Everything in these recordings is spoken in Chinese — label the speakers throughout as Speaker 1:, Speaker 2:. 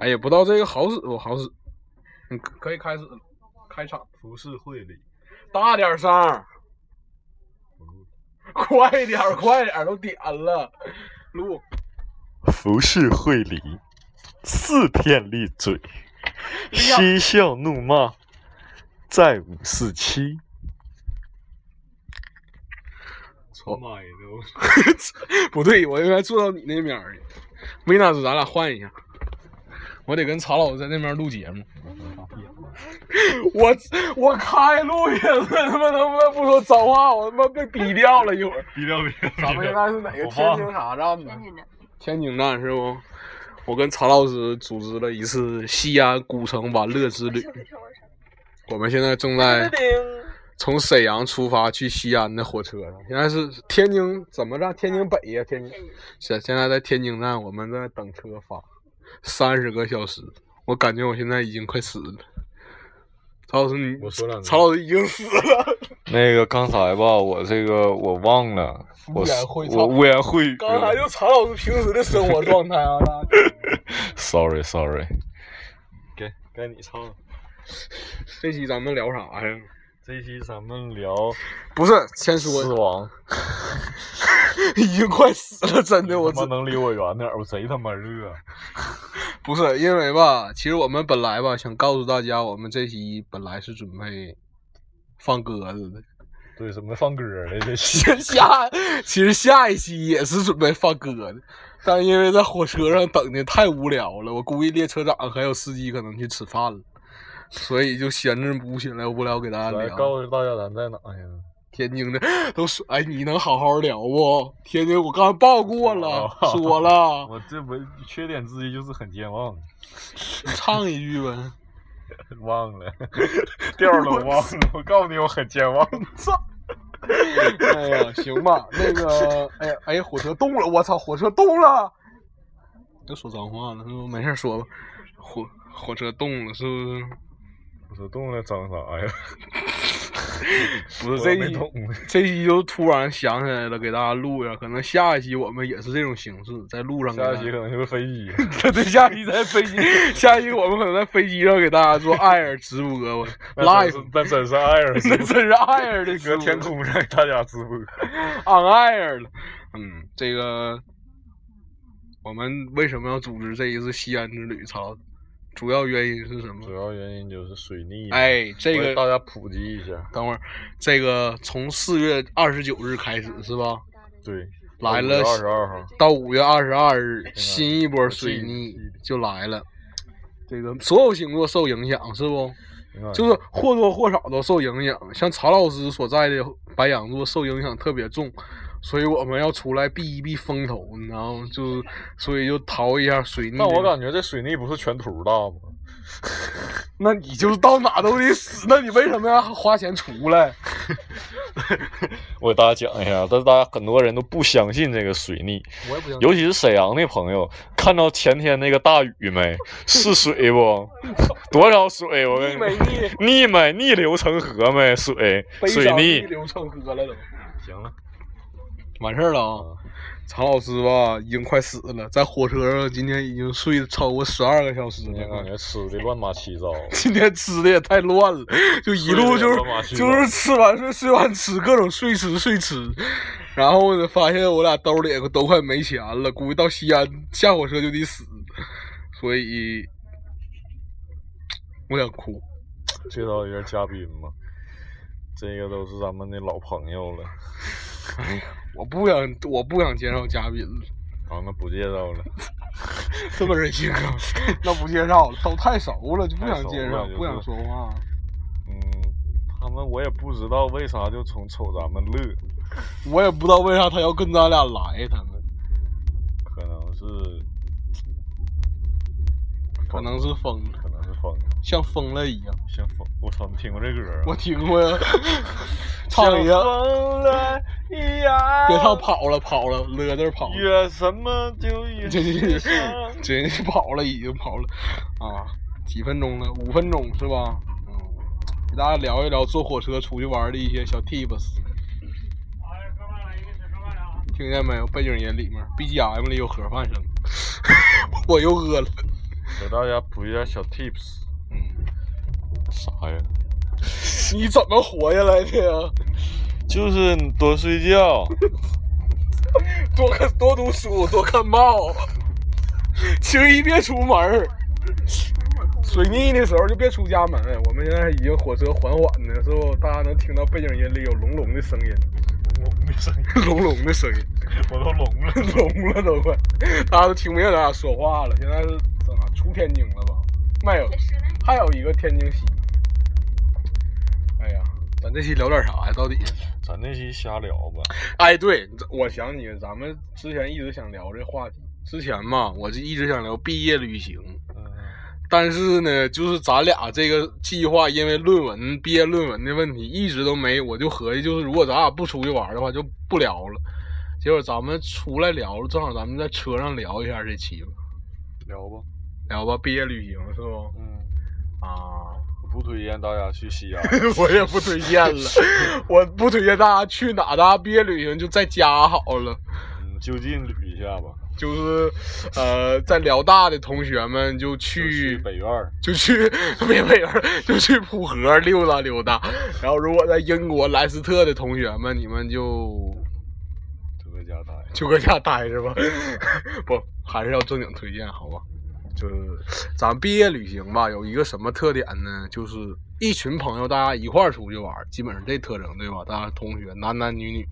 Speaker 1: 哎呀，不到这个好使不好使？你嗯可可以开始了，开场，
Speaker 2: 不是会理，
Speaker 1: 大点声儿，快点儿，快点儿，都点了，录。
Speaker 3: 服饰会理，四片利嘴，嬉笑怒骂，在五四七。
Speaker 2: 操妈呀！都
Speaker 1: 不对，我应该坐到你那边儿去。维纳斯，咱俩换一下，我得跟曹老师在那边录节 目。我我开录音了，他妈能不能不说脏话？我他妈被逼掉了一会儿。
Speaker 2: 低调低调。
Speaker 1: 咱们应该是哪个
Speaker 2: 我
Speaker 1: 天
Speaker 2: 忘
Speaker 1: 津
Speaker 2: 了
Speaker 1: 啥啊站呢
Speaker 4: 天？津的，
Speaker 1: 天津站是不？我跟曹老师组织了一次西安古城玩乐之旅，我们现在正在从沈阳出发去西安的火车上，现在是天津怎么站？天津北呀、天津
Speaker 4: 天津
Speaker 1: 现现在在天津站，我们在等车发，三十个小时，我感觉我现在已经快死了。曹老师，你
Speaker 2: 我说两句
Speaker 1: 曹老师已经死了，
Speaker 3: 那个刚才吧，我这个我忘了，我
Speaker 1: 污言秽
Speaker 3: 我
Speaker 1: 语
Speaker 3: 污言秽语
Speaker 1: 刚才
Speaker 3: 了
Speaker 1: 就曹老师平时的生活状态啊，大家
Speaker 3: ，sorry sorry，
Speaker 2: 给该你唱了。
Speaker 1: 这期咱们聊啥呀？
Speaker 2: 这期咱们聊
Speaker 1: 不是，先说
Speaker 2: 死亡，
Speaker 1: 已经快死了，真的，我
Speaker 2: 他
Speaker 1: 真
Speaker 2: 妈能离我远点儿？我贼他妈热。
Speaker 1: 不是因为吧，其实我们本来吧想告诉大家，我们这期本来是准备放鸽子的，
Speaker 2: 对，什么放歌的这
Speaker 1: 其
Speaker 2: 期？
Speaker 1: 实下其实下一期也是准备放鸽子，但因为在火车上等的太无聊了，我估计列车长还有司机可能去吃饭了，所以就闲着不起来，无聊给大家
Speaker 2: 来
Speaker 1: 聊。
Speaker 2: 告诉大家咱在哪呀？
Speaker 1: 天津的都说，哎，你能好好聊不？天津我刚才报过了，
Speaker 2: 哦
Speaker 1: 说 了，
Speaker 2: 我这不缺点之一就是很健忘，
Speaker 1: 唱一句呗。
Speaker 2: 忘了调儿都忘了。我告诉你，我很健忘。
Speaker 1: 哎呀，行吧，那个，哎呀，哎呀，火车动了，我操，火车动了，又说脏话了，是不？没事说吧，火火车动了，是不是？
Speaker 2: 我说动了整啥呀？
Speaker 1: 不
Speaker 2: 我
Speaker 1: 是这
Speaker 2: 没
Speaker 1: 一
Speaker 2: 动。
Speaker 1: 这期就突然想起来了，给大家录呀。可能下一期我们也是这种形式，在路上给
Speaker 2: 下
Speaker 1: 大
Speaker 2: 一
Speaker 1: 家。
Speaker 2: 期 可能就是飞机。
Speaker 1: 对，下一期在飞机，下一期我们可能在飞机上给大家做艾尔直播， 我 live，
Speaker 2: 那真是爱尔
Speaker 1: 那真哎是艾尔的
Speaker 2: 搁
Speaker 1: 歌，
Speaker 2: 天空上给大家直播。
Speaker 1: on air 了。嗯，这个我们为什么要组织这一次西安之旅？操，主要原因是什
Speaker 2: 主
Speaker 1: 么？
Speaker 2: 要原因就是水逆。，
Speaker 1: 哎，这
Speaker 2: 为大
Speaker 1: 个
Speaker 2: 家普及一下。
Speaker 1: 等会儿，这个从四月二十九日开始是吧？
Speaker 2: 对，
Speaker 1: 来了
Speaker 2: 二十二号。
Speaker 1: 到五月二十二日，新一波
Speaker 2: 记
Speaker 1: 水
Speaker 2: 得
Speaker 1: 逆
Speaker 2: 记得
Speaker 1: 就来了。这个所有星座受影响是不？
Speaker 2: 明白
Speaker 1: 就是或多或少都受影响。像曹老师所在的白羊座受影响特别重，所以我们要出来避一避风头，你知道吗？就是所以就逃一下水逆。
Speaker 2: 但我感觉这水逆不是全图大吗？
Speaker 1: 那你就是到哪都得死，那你为什么要花钱出来？
Speaker 3: 我给大家讲一下，但是大家很多人都不相信这个水逆，
Speaker 1: 我也不想
Speaker 3: 尤其是沈阳的朋友，看到前天那个大雨没？是水 不？多少水？我跟你
Speaker 1: 美
Speaker 3: 说，
Speaker 1: 丽，
Speaker 3: 逆没？逆流成河没？水
Speaker 1: 悲
Speaker 3: 水
Speaker 1: 伤逆
Speaker 3: 逆。
Speaker 1: 流成河了都。
Speaker 2: 行了，
Speaker 1: 完事儿了啊！曹老师吧，已经快死了，在火车上今天已经睡超过十二个小时
Speaker 2: 今天感
Speaker 1: 了。啊
Speaker 2: 觉吃的乱八七糟。
Speaker 1: 今天吃的也太乱了，就一路就是
Speaker 2: 是
Speaker 1: 就是吃完睡，睡完吃，各种睡吃睡吃。然后呢，发现我俩兜里也都快没钱了，估计到西安下火车就得死，所以我想哭。
Speaker 2: 介绍一下嘉宾吧，这个都是咱们的老朋友了，
Speaker 1: 我不想，我不想介绍嘉宾了，
Speaker 2: 好，那不介绍了，
Speaker 1: 这么任性啊？ 那不介绍了，都太熟了，就不
Speaker 2: 太
Speaker 1: 想
Speaker 2: 熟
Speaker 1: 介
Speaker 2: 了
Speaker 1: 绍，
Speaker 2: 就是
Speaker 1: 不想说话。
Speaker 2: 嗯，他们我也不知道为啥就从瞅咱们乐，
Speaker 1: 我也不知道为啥他要跟咱俩来，他们
Speaker 2: 可能是，
Speaker 1: 可能是疯了，
Speaker 2: 可能是疯了，
Speaker 1: 像疯了一样。
Speaker 2: 像疯，我操，你听过这歌啊？
Speaker 1: 我听过呀，唱一
Speaker 2: 像
Speaker 1: 个，
Speaker 2: 疯了一样，
Speaker 1: 别唱跑了跑了，勒字儿跑了。
Speaker 2: 越什么就越
Speaker 1: 这
Speaker 2: 悲
Speaker 1: 这
Speaker 2: 伤
Speaker 1: 这这跑了，已经跑了啊！几分钟了？五分钟是吧？嗯，给大家聊一聊坐火车出去玩的一些小 tips。听见没有？背景音里面 BGM 里有盒饭声。 我又饿了。
Speaker 2: 给大家补一点小 tips，嗯
Speaker 3: 啥呀？
Speaker 1: 你怎么活下来的呀？
Speaker 3: 就是你多睡觉，
Speaker 1: 多看多读书，多看报， 轻易别出门儿。水逆的时候就别出家门。我们现在已经火车缓缓的，是不？大家能听到背景音里有隆隆的声 音，
Speaker 2: 我没声音，
Speaker 1: 隆隆的声音，
Speaker 2: 我都聋了。
Speaker 1: 聋了都快，大家都听不见咱俩说话了。现在是怎么出天津了吧？没有，还有一个天津西。哎呀，咱这期聊点啥呀？到底？
Speaker 2: 咱这期瞎聊吧，
Speaker 1: 哎，对，我想起了咱们之前一直想聊这话题。之前嘛，我就一直想聊毕业旅行，
Speaker 2: 嗯、
Speaker 1: 但是呢，就是咱俩这个计划，因为论文、毕业论文的问题，一直都没。我就合计，就是如果咱俩不出去玩的话，就不聊了。结果咱们出来聊了，正好咱们在车上聊一下这期吧，
Speaker 2: 聊吧。
Speaker 1: 聊吧，毕业旅行是不？
Speaker 2: 嗯，
Speaker 1: 啊，
Speaker 2: 我不推荐大家去西安，
Speaker 1: 我也不推荐了， 我不推荐大家去哪，大家毕业旅行就在家好了。
Speaker 2: 嗯，就近捋一下吧。
Speaker 1: 就是，呃，在辽大的同学们就
Speaker 2: 就去
Speaker 1: 去
Speaker 2: 北院儿，
Speaker 1: 就去 没北园，就去浦河溜达溜达。然后，如果在英国莱斯特的同学们，你们就
Speaker 2: 就在家待。
Speaker 1: 就搁家待着吧。 不，还是要正经推荐，好吧？就是咱毕业旅行吧，有一个什么特点呢？就是一群朋友大家一块儿出去玩儿，基本上这特征对吧？大家同学男男女女，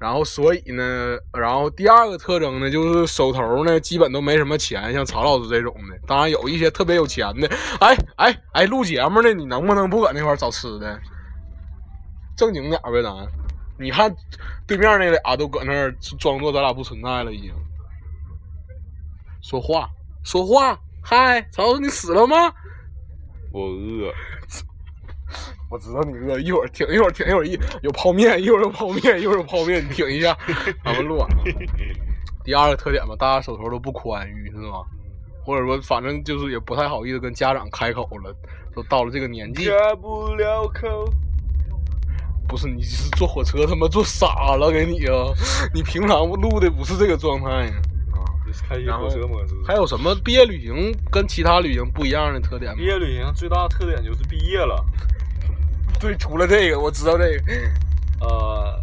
Speaker 1: 然后所以呢，然后第二个特征呢，就是手头呢基本都没什么钱，像曹老师这种的，当然有一些特别有钱的。哎哎哎，录节目呢，你能不能不搁那块儿找吃的？正经点儿呗，咱。你看对面那俩都搁那儿装作咱俩不存在了，已经。说话，说话，嗨，曹老师，你死了吗？
Speaker 3: 我饿。
Speaker 1: 我知道你饿，一会儿停，一会儿停，一会儿一有泡面，一会儿有泡面，一会儿有泡面，你停一下，咱们录完了。第二个特点吧，大家手头都不宽裕，是吗？或者说，反正就是也不太好意思跟家长开口了，都到了这个年纪，
Speaker 2: 开不了口，
Speaker 1: 不是你是坐火车他妈坐傻了给你啊！你平常录的不是这个状态呀、啊。
Speaker 2: 这是开启火车模式。
Speaker 1: 还有什么毕业旅行跟其他旅行不一样的特点吗
Speaker 2: 毕？业旅行最大的特点就是毕业了，
Speaker 1: 对，除了这个，我知道这个。
Speaker 2: 呃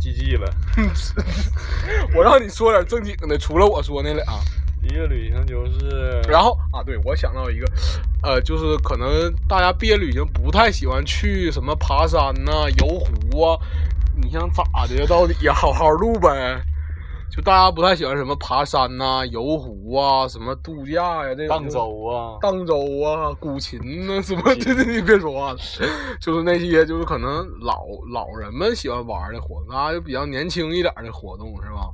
Speaker 2: ，GG 了。
Speaker 1: 我让你说点正经的，除了我说那俩。
Speaker 2: 毕业旅行就是，
Speaker 1: 然后啊，对，我想到一个，呃，就是可能大家毕业旅行不太喜欢去什么爬山呐、游湖啊，你想咋的呀？到底呀，好好录呗。就大家不太喜欢什么爬山呐、游湖啊、什么度假呀、这种。
Speaker 2: 荡舟啊，
Speaker 1: 荡舟啊、古琴呐、什么，这这你别说话了，就是那些就是可能老老人们喜欢玩的活动，大家就比较年轻一点的活动是吧？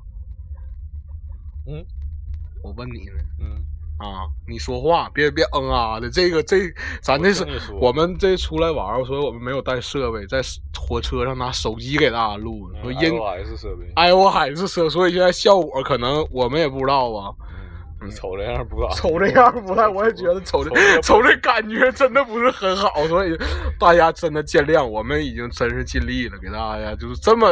Speaker 2: 嗯，
Speaker 1: 我问你呢
Speaker 2: 嗯，
Speaker 1: 啊，你说话别别嗯啊的，这个这咱这是
Speaker 2: 我听你说
Speaker 1: 我们这出来玩儿，所以我们没有带设备，在火车上拿手机给大家录
Speaker 2: 嗯
Speaker 1: 的，说音
Speaker 2: iOS 设
Speaker 1: 啊
Speaker 2: 备，
Speaker 1: iOS 设，所以现在效果可能我们也不知道啊。
Speaker 2: 嗯瞅这样不咋。
Speaker 1: 瞅这样不太，我也 觉得啊瞅这瞅这感觉真的不是很 好，所以大家真的见谅，我们已经真是尽力了，给大家就是这么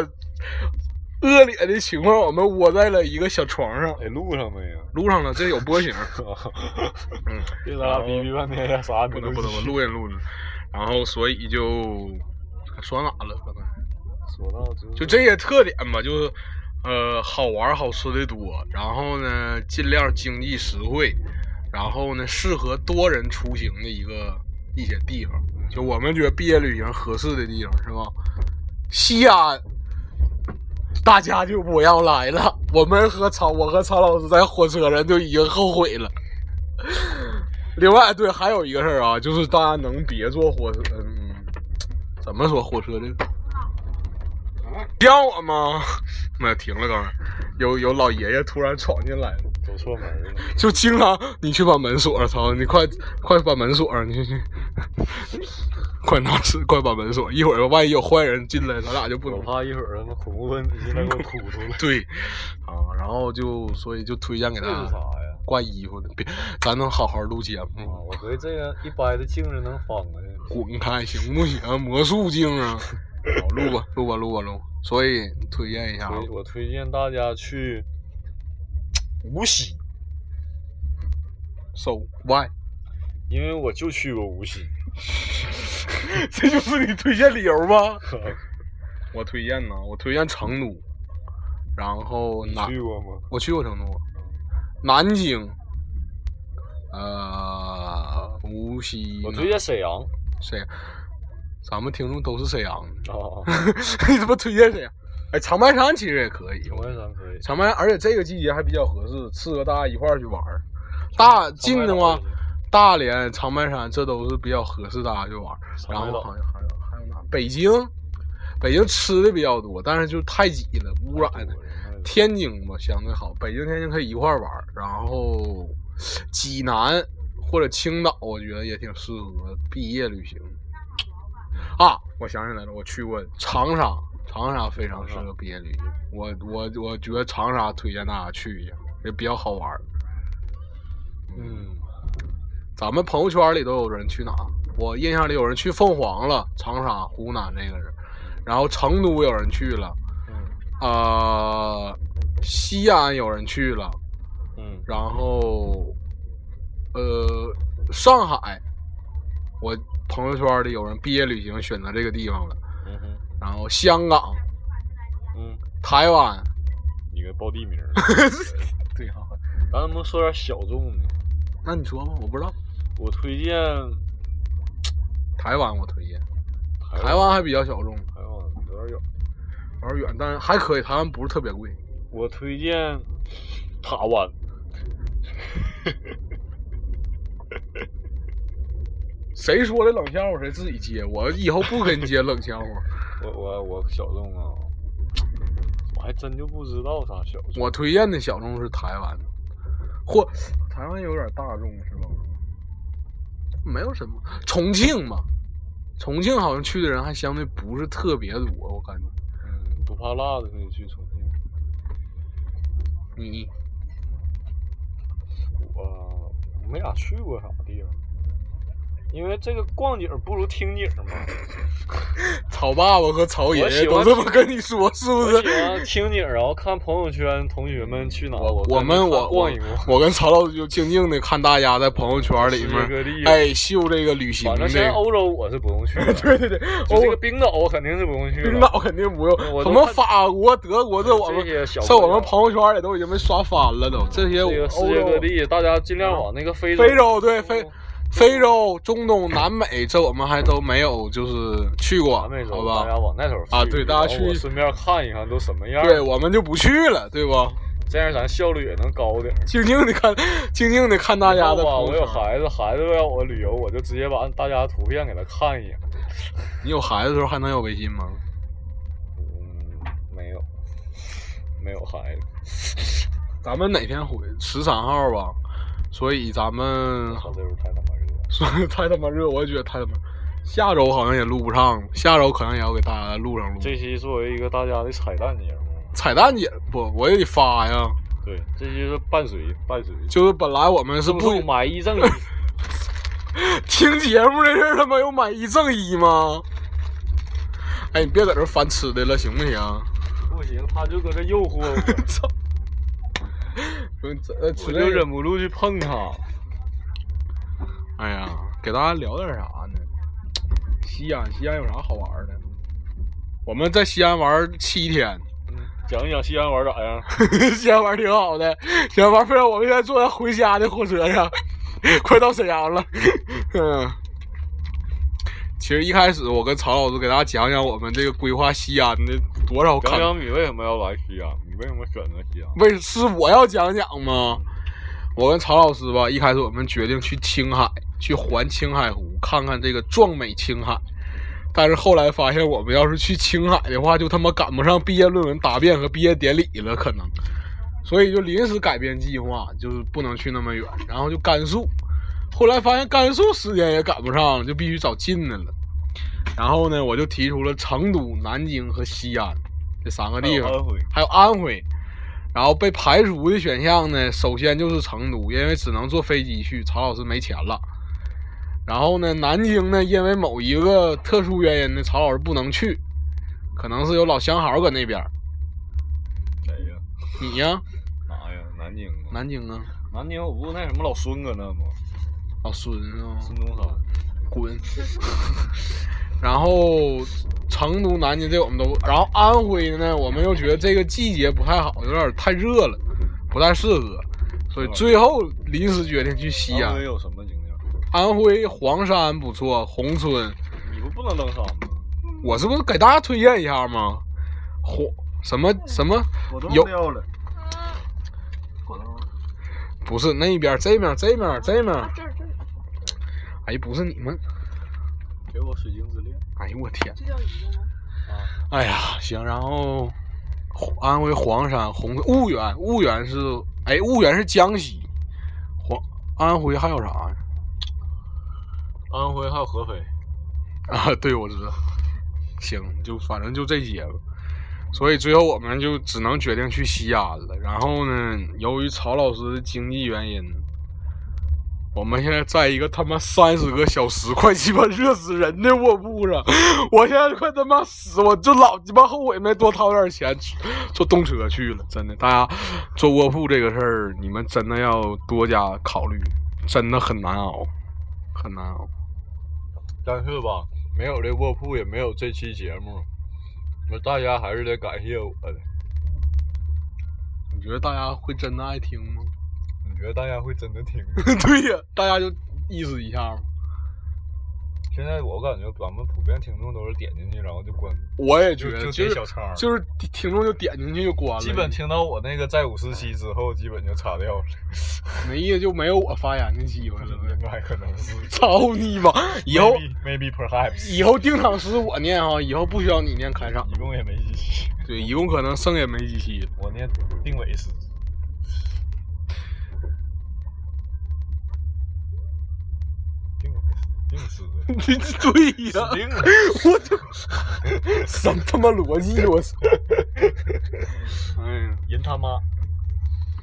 Speaker 1: 恶劣的情况，我们窝在了一个小床上，
Speaker 2: 哎，路上没 有？
Speaker 1: 路上了，这有波 形，嗯，
Speaker 2: 别咱俩逼逼半天呀，啥也
Speaker 1: 不
Speaker 2: 没
Speaker 1: 能不能，我
Speaker 2: 录。
Speaker 1: 录着录着，然后所以就说哪了，啊刚才
Speaker 2: 说到就
Speaker 1: 就这些特点吧，就是呃好玩好吃的多，然后呢尽量经济实惠，然后呢适合多人出行的一个一些地方，就我们觉得毕业旅行合适的地方是吧？西安。大家就不要来了。我们和曹，我和曹老师在火车上就已经后悔了。另外，对，还有一个事儿啊，就是大家能别坐火车，嗯，怎么说火车这个？叫我吗？ 那停了，刚才有有老爷爷突然闯进来了，
Speaker 2: 走错门了。
Speaker 1: 就经常你去把门锁上，操你快快把门锁上，你去 去，快拿纸，快把门锁，一会儿万一有坏人进来，咱俩就不
Speaker 2: 我
Speaker 1: 能
Speaker 2: 怕一会儿他妈恐怖分子进来给我哭 出来。
Speaker 1: 对啊，然后就所以就推荐给
Speaker 2: 这
Speaker 1: 大
Speaker 2: 是啥
Speaker 1: 家
Speaker 2: 呀？
Speaker 1: 挂衣服的，别咱能好好录节目
Speaker 2: 啊
Speaker 1: 吗，
Speaker 2: 我合计这样一掰的镜子能翻过去。
Speaker 1: 滚开行不行？ 魔术镜啊，好录 吧录吧录吧录吧，所以推荐一下吧
Speaker 2: 所以我推荐大家去无锡，
Speaker 1: So why？
Speaker 2: 因为我就去过无锡，
Speaker 1: 这就是你推荐理由吗？我推荐呢，我推荐成都，然后
Speaker 2: 你
Speaker 1: 南，
Speaker 2: 去过吗？
Speaker 1: 我去过成都，南京，呃，无锡，
Speaker 2: 我推荐沈阳
Speaker 1: 沈阳，咱们听众都是沈阳的，
Speaker 2: 啊，
Speaker 1: 你怎么推荐沈阳？哎，长白山其实也可以，
Speaker 2: 我也山可以。
Speaker 1: 长白山，而且这个季节还比较合适，适合大家一块儿去玩儿。大近的话，大连、长白山这都是比较合适大家去玩儿。
Speaker 2: 长
Speaker 1: 然
Speaker 2: 白
Speaker 1: 后
Speaker 2: 岛
Speaker 1: 好像还有还有哪？北京，北京吃的比较多，但是就太挤了，污染的。天津吧相对好，北京、天津可以一块儿玩儿。然后济南或者青岛，我觉得也挺适合毕业旅行。啊，我想起来了，我去过长沙，长沙非常适合毕业旅行。我我我觉得长沙推荐大家去一下，也比较好玩儿。
Speaker 2: 嗯，
Speaker 1: 咱们朋友圈里都有人去哪？我印象里有人去凤凰了，长沙、湖南这个是，然后成都有人去了，呃，西安有人去了，
Speaker 2: 嗯
Speaker 1: 然后，呃，上海，我朋友圈里有人毕业旅行选择这个地方了，
Speaker 2: 嗯嗯
Speaker 1: 然后香港、
Speaker 2: 嗯，
Speaker 1: 台湾，
Speaker 2: 你给报地名儿，
Speaker 1: 对啊哈、
Speaker 2: 咱能不能说点小众的？
Speaker 1: 那你说吧，我不知道。
Speaker 2: 我推荐
Speaker 1: 台湾我推荐，台
Speaker 2: 台湾，
Speaker 1: 湾还比较小众，
Speaker 2: 台湾有点远。
Speaker 1: 有点远，但是还可以，台湾不是特别贵。
Speaker 2: 我推荐塔湾，
Speaker 1: 谁说的冷笑话谁自己接，我以后不跟你接冷笑话。
Speaker 2: 我我我小众啊，我还真就不知道啥小众。
Speaker 1: 我推荐的小众是台湾，或台湾有点大众是吧？没有什么，重庆嘛，重庆好像去的人还相对不是特别多，我感觉。
Speaker 2: 嗯，不怕辣的可以去重庆。
Speaker 1: 你
Speaker 2: 我没咋去过啥地方，因为这个逛景儿不如听景儿嘛。
Speaker 1: 曹爸爸和曹爷
Speaker 2: 我
Speaker 1: 爷
Speaker 2: 喜
Speaker 1: 都
Speaker 2: 欢
Speaker 1: 这么跟你说，是不
Speaker 2: 我喜
Speaker 1: 是？
Speaker 2: 欢听景儿，然后看朋友圈同学们去哪，我
Speaker 1: 我
Speaker 2: 跟
Speaker 1: 们
Speaker 2: 着
Speaker 1: 我
Speaker 2: 他逛一
Speaker 1: 我
Speaker 2: 逛，
Speaker 1: 我跟曹老师就静静的看大家在朋友圈里
Speaker 2: 世界各地
Speaker 1: 面，哎，秀这个旅行
Speaker 2: 反
Speaker 1: 的
Speaker 2: 正。现 在欧洲我是不用去了，
Speaker 1: 对对对，
Speaker 2: 就这
Speaker 1: 欧
Speaker 2: 个冰岛我肯定是不用去了。
Speaker 1: 冰岛肯定不用，
Speaker 2: 我
Speaker 1: 什
Speaker 2: 都
Speaker 1: 么
Speaker 2: 看
Speaker 1: 法国、德国，这我们
Speaker 2: 这些小
Speaker 1: 在我们
Speaker 2: 国家
Speaker 1: 朋友圈里都已经被刷翻了都。这些
Speaker 2: 这个世
Speaker 1: 欧
Speaker 2: 界
Speaker 1: 洲啊
Speaker 2: 各、地，哦大家尽量往那个非洲
Speaker 1: 非洲对非非洲、中东、南美，这我们还都没有就是去过，
Speaker 2: 南美
Speaker 1: 好
Speaker 2: 洲，大
Speaker 1: 吧
Speaker 2: 家？往那头儿
Speaker 1: 啊
Speaker 2: 去
Speaker 1: 对大家
Speaker 2: 然后我
Speaker 1: 去
Speaker 2: 顺便看一看都什么样儿，
Speaker 1: 对，我们就不去了，对不？
Speaker 2: 这样咱效率也能高点儿。
Speaker 1: 静静的看， 静静的看大家的
Speaker 2: 以后吧，
Speaker 1: 朋
Speaker 2: 我
Speaker 1: 友
Speaker 2: 有
Speaker 1: 圈。
Speaker 2: 孩子，孩子要我旅游，我就直接把大家的图片给他看一眼。
Speaker 1: 你有孩子的时候还能有微信吗？
Speaker 2: 嗯，没有，没有孩子。
Speaker 1: 咱们哪天回十三号吧？所以咱们
Speaker 2: 操，这屋太他妈热了。
Speaker 1: 说的太他妈热，我也觉得太他妈。下周好像也录不上，下周可能也要给大家录上录。
Speaker 2: 这期作为一个大家的彩蛋节目，
Speaker 1: 彩蛋也不，我也得发呀。
Speaker 2: 对，这就是伴随伴随。
Speaker 1: 就是本来我们是
Speaker 2: 赠
Speaker 1: 不
Speaker 2: 送买一赠 一，
Speaker 1: 听节目这事儿，他妈有买一赠一吗？哎，你别搁这翻吃的了，行不行？
Speaker 2: 不行，他就搁这诱惑 我，
Speaker 1: 操！不是这呃，
Speaker 2: 我
Speaker 1: 吃
Speaker 2: 就
Speaker 1: 这个
Speaker 2: 忍不住去碰他。
Speaker 1: 哎呀，给大家聊点啥呢？西安，西安有啥好玩的？我们在西安玩七天，
Speaker 2: 嗯讲一讲西安玩咋样？
Speaker 1: 西安玩挺好的，西安玩非常。我们现在坐在回家的火车上， 快到沈阳了。 嗯，其实一开始我跟曹老师给大家讲讲我们这个规划西安的多少
Speaker 2: 讲
Speaker 1: 坎
Speaker 2: 讲你为什么要来西安？你为什么选择西安？
Speaker 1: 为是我要讲讲吗？我跟曹老师吧，一开始我们决定去青海，去环青海湖看看这个壮美青海。但是后来发现，我们要是去青海的话，就他妈赶不上毕业论文答辩和毕业典礼了，可能。所以就临时改变计划，就是不能去那么远，然后就甘肃。后来发现甘肃时间也赶不上了，就必须找近的了。然后呢，我就提出了成都、南京和西安这三个
Speaker 2: 还
Speaker 1: 地
Speaker 2: 有
Speaker 1: 方。
Speaker 2: 安徽，
Speaker 1: 还有安徽。然后被排除的选项呢，首先就是成都，因为只能坐飞机去，曹老师没钱了。然后呢，南京呢，因为某一个特殊原因呢，曹老师不能去，可能是有老相好搁那边儿。
Speaker 2: 哎谁呀？
Speaker 1: 你呀，
Speaker 2: 哪呀？南京啊。
Speaker 1: 南京啊，嗯
Speaker 2: 南宁我不那什么老孙搁那吗？
Speaker 1: 老孙啊，
Speaker 2: 孙中山，
Speaker 1: 滚。然后成都、南京这我们都，然后安徽呢，我们又觉得这个季节不太好，有点太热了，不太适合，所以最后临时决定去西
Speaker 2: 安
Speaker 1: 安
Speaker 2: 徽。有什么景点？
Speaker 1: 安徽黄山不错，宏村，
Speaker 2: 你不不能登山吗？
Speaker 1: 我这不是给大家推荐一下吗？黄什么什么
Speaker 2: 我
Speaker 1: 有
Speaker 2: 掉了。
Speaker 1: 不是那边这边这边啊这边，
Speaker 4: 啊这儿这儿
Speaker 1: 哎不是你们，
Speaker 2: 给我水晶之恋
Speaker 1: 哎呦我天，
Speaker 4: 这叫一个吗？
Speaker 2: 啊！
Speaker 1: 哎呀行，然后黄安徽黄山红婺源婺源是哎婺源是江西，黄安徽还有啥呀？
Speaker 2: 安徽还有合肥，
Speaker 1: 啊，对，我知道。行，就反正就这些吧。所以最后我们就只能决定去西安了。然后呢，由于曹老师的经济原因，我们现在在一个他妈三十个小时快鸡巴热死人的卧铺上，我现在快他妈死，我就老鸡巴后悔没多掏点钱去坐动车去了。真的，大家坐卧铺这个事儿，你们真的要多加考虑，真的很难熬，很难熬。
Speaker 2: 但是吧，没有这卧铺，也没有这期节目，那大家还是得感谢我的。
Speaker 1: 你觉得大家会真的爱听吗？
Speaker 2: 你觉得大家会真的听吗？
Speaker 1: 对呀、大家就意思一下嘛。
Speaker 2: 现在我感觉咱们普遍听众都是点进去，然后就关，
Speaker 1: 我也
Speaker 2: 就
Speaker 1: 觉得，
Speaker 2: 就
Speaker 1: 就
Speaker 2: 点
Speaker 1: 是
Speaker 2: 小叉儿，
Speaker 1: 就是听众就点进去就关了，
Speaker 2: 基本听到我那个在五十期之后，基本就擦掉了，
Speaker 1: 没意思，就没有我发言的机会了呗。
Speaker 2: 应该可能是。
Speaker 1: 操你妈！以后
Speaker 2: maybe, maybe perhaps
Speaker 1: 以后定场诗我念哈，以后不需要你念开场。
Speaker 2: 一共也没几期，
Speaker 1: 对，一共可能剩也没几期了。
Speaker 2: 我念定位是。定位是定是的，
Speaker 1: 对呀、
Speaker 2: 死定了。
Speaker 1: 我操，什么他妈逻辑？我操！ 哎呀。
Speaker 2: 人他妈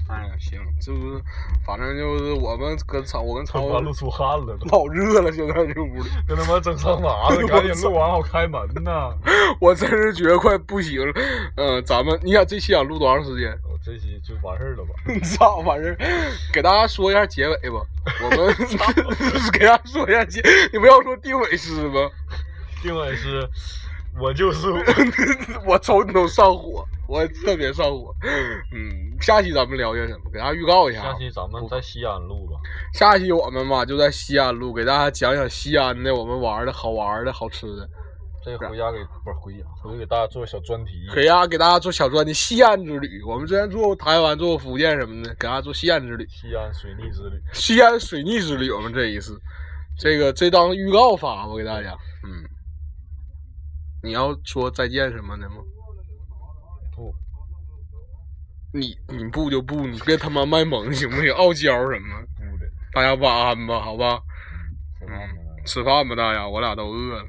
Speaker 1: 哎呀，行，这不是，反正就是我们跟曹，我跟
Speaker 2: 他
Speaker 1: 曹
Speaker 2: 妈露出汗了都，
Speaker 1: 老热了，现在这屋里。
Speaker 2: 跟他妈整上麻了，赶紧录完好开门呐！
Speaker 1: 我真是觉得快不行了。嗯，咱们你想这期想录多长时间？
Speaker 2: 我这期就完事儿了吧？
Speaker 1: 你操，反正给大家说一下结尾吧。我们 给大家说一下结，你不要说定尾诗吗？
Speaker 2: 定位是，我就是我
Speaker 1: 我瞅你都上火，我特别上火。嗯，下期咱们聊些什么？给大家预告一下
Speaker 2: 下
Speaker 1: 啊。
Speaker 2: 期咱们在西安录吧。
Speaker 1: 下期我们吧就在西安录，给大家讲讲西安的我们玩的好玩的好吃的，
Speaker 2: 这回家给不是回家，回去给大家做小专题。
Speaker 1: 给大家给大家做小专题西安之旅。我们之前做过台湾，做过福建什么的，给大家做西安之旅。
Speaker 2: 西安水利之旅，
Speaker 1: 西安水逆之旅，我们这一次，这个这当预告发吧，给大家。嗯，你要说再见什么的吗？
Speaker 2: 不，
Speaker 1: 你你不就不，你别他妈卖萌行不行？傲娇什么？
Speaker 2: 不的，
Speaker 1: 大家晚安吧，好吧，
Speaker 2: 吃饭了。
Speaker 1: 吃饭吧，大家，我俩都饿了。